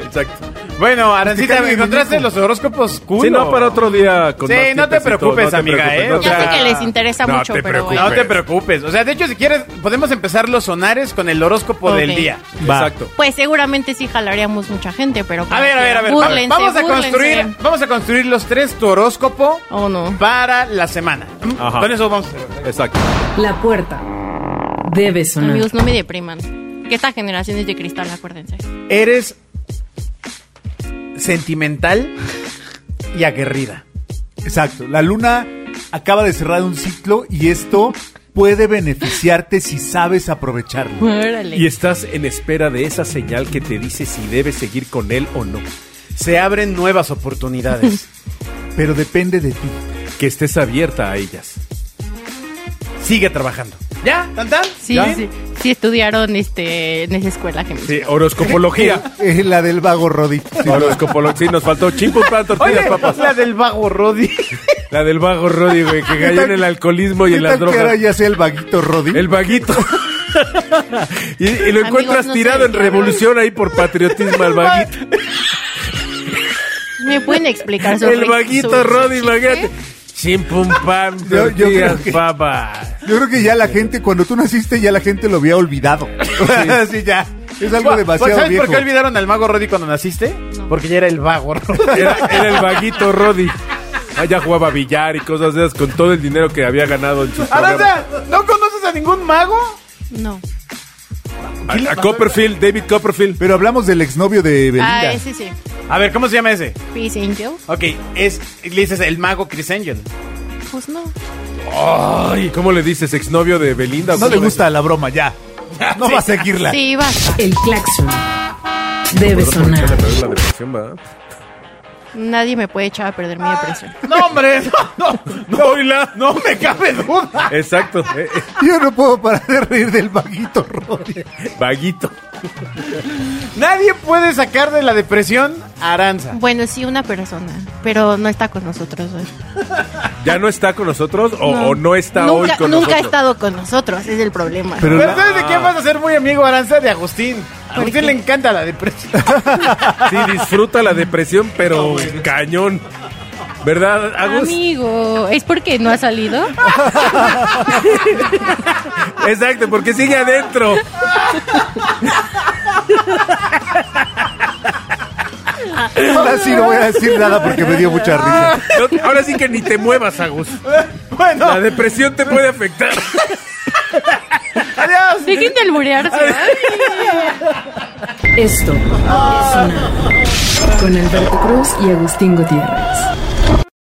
[SPEAKER 5] Exacto.
[SPEAKER 2] Bueno,
[SPEAKER 3] Es
[SPEAKER 2] Arancita,
[SPEAKER 3] que
[SPEAKER 2] ¿me encontraste
[SPEAKER 3] cambia el
[SPEAKER 2] los horóscopos cool?
[SPEAKER 5] Sí, no, para otro día con
[SPEAKER 2] Sí,
[SPEAKER 5] más
[SPEAKER 2] no te
[SPEAKER 5] tiempecito,
[SPEAKER 2] preocupes,
[SPEAKER 5] te
[SPEAKER 2] amiga,
[SPEAKER 5] preocupes,
[SPEAKER 2] ¿eh?
[SPEAKER 5] no te-
[SPEAKER 4] Ya sé
[SPEAKER 2] Ah.
[SPEAKER 4] que les interesa
[SPEAKER 5] No
[SPEAKER 4] mucho,
[SPEAKER 5] te
[SPEAKER 4] pero bueno.
[SPEAKER 2] No
[SPEAKER 5] Pues.
[SPEAKER 2] te preocupes. O sea, de hecho, si quieres, podemos empezar los sonares con el horóscopo
[SPEAKER 4] Ok.
[SPEAKER 2] del día.
[SPEAKER 3] Va.
[SPEAKER 5] Exacto.
[SPEAKER 4] Pues seguramente sí jalaríamos mucha gente, pero...
[SPEAKER 2] A ver, a ver, a ver. va-
[SPEAKER 4] Búrlense,
[SPEAKER 2] vamos a
[SPEAKER 4] búrlense.
[SPEAKER 2] construir, vamos a construir los tres tu horóscopo
[SPEAKER 4] Oh, no.
[SPEAKER 2] para la semana.
[SPEAKER 5] Ajá.
[SPEAKER 2] Con eso vamos. a hacer.
[SPEAKER 5] Exacto.
[SPEAKER 1] La puerta debe sonar.
[SPEAKER 4] Amigos, no me depriman. Que esta generación es de cristal, acuérdense.
[SPEAKER 2] Eres sentimental y aguerrida.
[SPEAKER 3] Exacto. La luna acaba de cerrar un ciclo y esto puede beneficiarte si sabes aprovecharlo.
[SPEAKER 4] Órale.
[SPEAKER 5] Y estás en espera de esa señal que te dice si debes seguir con él o no.
[SPEAKER 2] Se abren nuevas oportunidades.
[SPEAKER 3] Pero depende de ti.
[SPEAKER 5] Que estés abierta a ellas.
[SPEAKER 2] Sigue trabajando. ¿Ya? ¿Tan tan?
[SPEAKER 4] Sí,
[SPEAKER 2] ¿Ya?
[SPEAKER 4] sí, sí estudiaron este, en esa escuela que me
[SPEAKER 5] Sí, horoscopología.
[SPEAKER 3] Es la del vago Rodi. Sí.
[SPEAKER 5] Horoscopología. Sí, nos faltó chimpo para tortillas,
[SPEAKER 2] Oye,
[SPEAKER 5] papas.
[SPEAKER 2] la del vago Rodi.
[SPEAKER 5] La del vago Rodi, güey, que cayó en el alcoholismo y
[SPEAKER 3] ¿Qué
[SPEAKER 5] en las
[SPEAKER 3] tal que ahora
[SPEAKER 5] drogas.
[SPEAKER 3] ya sea el vaguito Rodi?
[SPEAKER 5] El vaguito. y, y lo
[SPEAKER 4] Amigos,
[SPEAKER 5] encuentras
[SPEAKER 4] no
[SPEAKER 5] tirado
[SPEAKER 4] sé.
[SPEAKER 5] en revolución ahí por patriotismo al vaguito.
[SPEAKER 4] ¿Me pueden explicar su
[SPEAKER 5] El
[SPEAKER 4] ri-
[SPEAKER 5] vaguito
[SPEAKER 4] su-
[SPEAKER 5] Rodi,
[SPEAKER 4] su
[SPEAKER 5] imagínate.
[SPEAKER 4] chiste?
[SPEAKER 5] Chim pum pam,
[SPEAKER 3] Yo- yo creo
[SPEAKER 5] tortillas,
[SPEAKER 3] que-
[SPEAKER 5] papas.
[SPEAKER 3] Yo creo que ya la gente, cuando tú naciste, ya la gente lo había olvidado. Sí, ya. Es algo demasiado
[SPEAKER 2] ¿Sabes
[SPEAKER 3] viejo.
[SPEAKER 2] por qué olvidaron al mago Rodi cuando naciste? Porque ya era el vago Rodi.
[SPEAKER 5] Era, era el vaguito Rodi. Allá jugaba billar y cosas de esas con todo el dinero que había ganado en sus programas.
[SPEAKER 2] Aranza, ¿no conoces a ningún mago?
[SPEAKER 4] No.
[SPEAKER 5] A, a Copperfield, David Copperfield.
[SPEAKER 3] Pero hablamos del exnovio de Belinda.
[SPEAKER 4] Ah, ese sí.
[SPEAKER 2] A ver, ¿cómo se llama ese?
[SPEAKER 4] Peace Angel.
[SPEAKER 2] Ok, es, le dices el mago Chris Angel.
[SPEAKER 4] Pues no.
[SPEAKER 5] Ay, ¿cómo le dices? Exnovio de Belinda.
[SPEAKER 3] No
[SPEAKER 5] güey.
[SPEAKER 3] le gusta la broma, ya. No va a seguirla.
[SPEAKER 5] Ah.
[SPEAKER 4] Sí, basta.
[SPEAKER 1] El claxon debe
[SPEAKER 5] Perdón por echarle
[SPEAKER 1] sonar.
[SPEAKER 5] a perder la depresión, ¿verdad?
[SPEAKER 4] Nadie me puede echar a perder mi depresión.
[SPEAKER 5] Ah.
[SPEAKER 2] No, hombre, no, no, no, oíla, no me cabe duda.
[SPEAKER 5] Exacto. eh, eh,
[SPEAKER 3] Yo no puedo parar de reír del vaguito Rodi.
[SPEAKER 5] vaguito.
[SPEAKER 2] Nadie puede sacar de la depresión a Aranza.
[SPEAKER 4] Bueno, sí, una persona, pero no está con nosotros hoy.
[SPEAKER 5] ¿Ya no está con nosotros o o no, está hoy
[SPEAKER 4] nunca
[SPEAKER 5] con
[SPEAKER 4] nunca ha
[SPEAKER 5] nosotros?
[SPEAKER 4] estado con nosotros, ese es el problema.
[SPEAKER 3] Pero
[SPEAKER 2] Pero
[SPEAKER 3] la-
[SPEAKER 2] ¿sabes de quién vas a ser muy amigo, Aranza? De Agustín. A usted le encanta la depresión.
[SPEAKER 5] Sí, disfruta la depresión, pero cañón. ¿Verdad, Agus?
[SPEAKER 4] Amigo, ¿es porque no ha salido?
[SPEAKER 5] Exacto, porque sigue adentro.
[SPEAKER 4] Oh,
[SPEAKER 3] Ahora sí no voy a decir nada porque me dio mucha risa.
[SPEAKER 5] No- ahora sí que ni te muevas, Agus.
[SPEAKER 2] Bueno,
[SPEAKER 5] La depresión te puede afectar.
[SPEAKER 2] adiós.
[SPEAKER 4] Dejen de alburearse.
[SPEAKER 1] Esto es sonar con Alberto Cruz y Agustín Gutiérrez.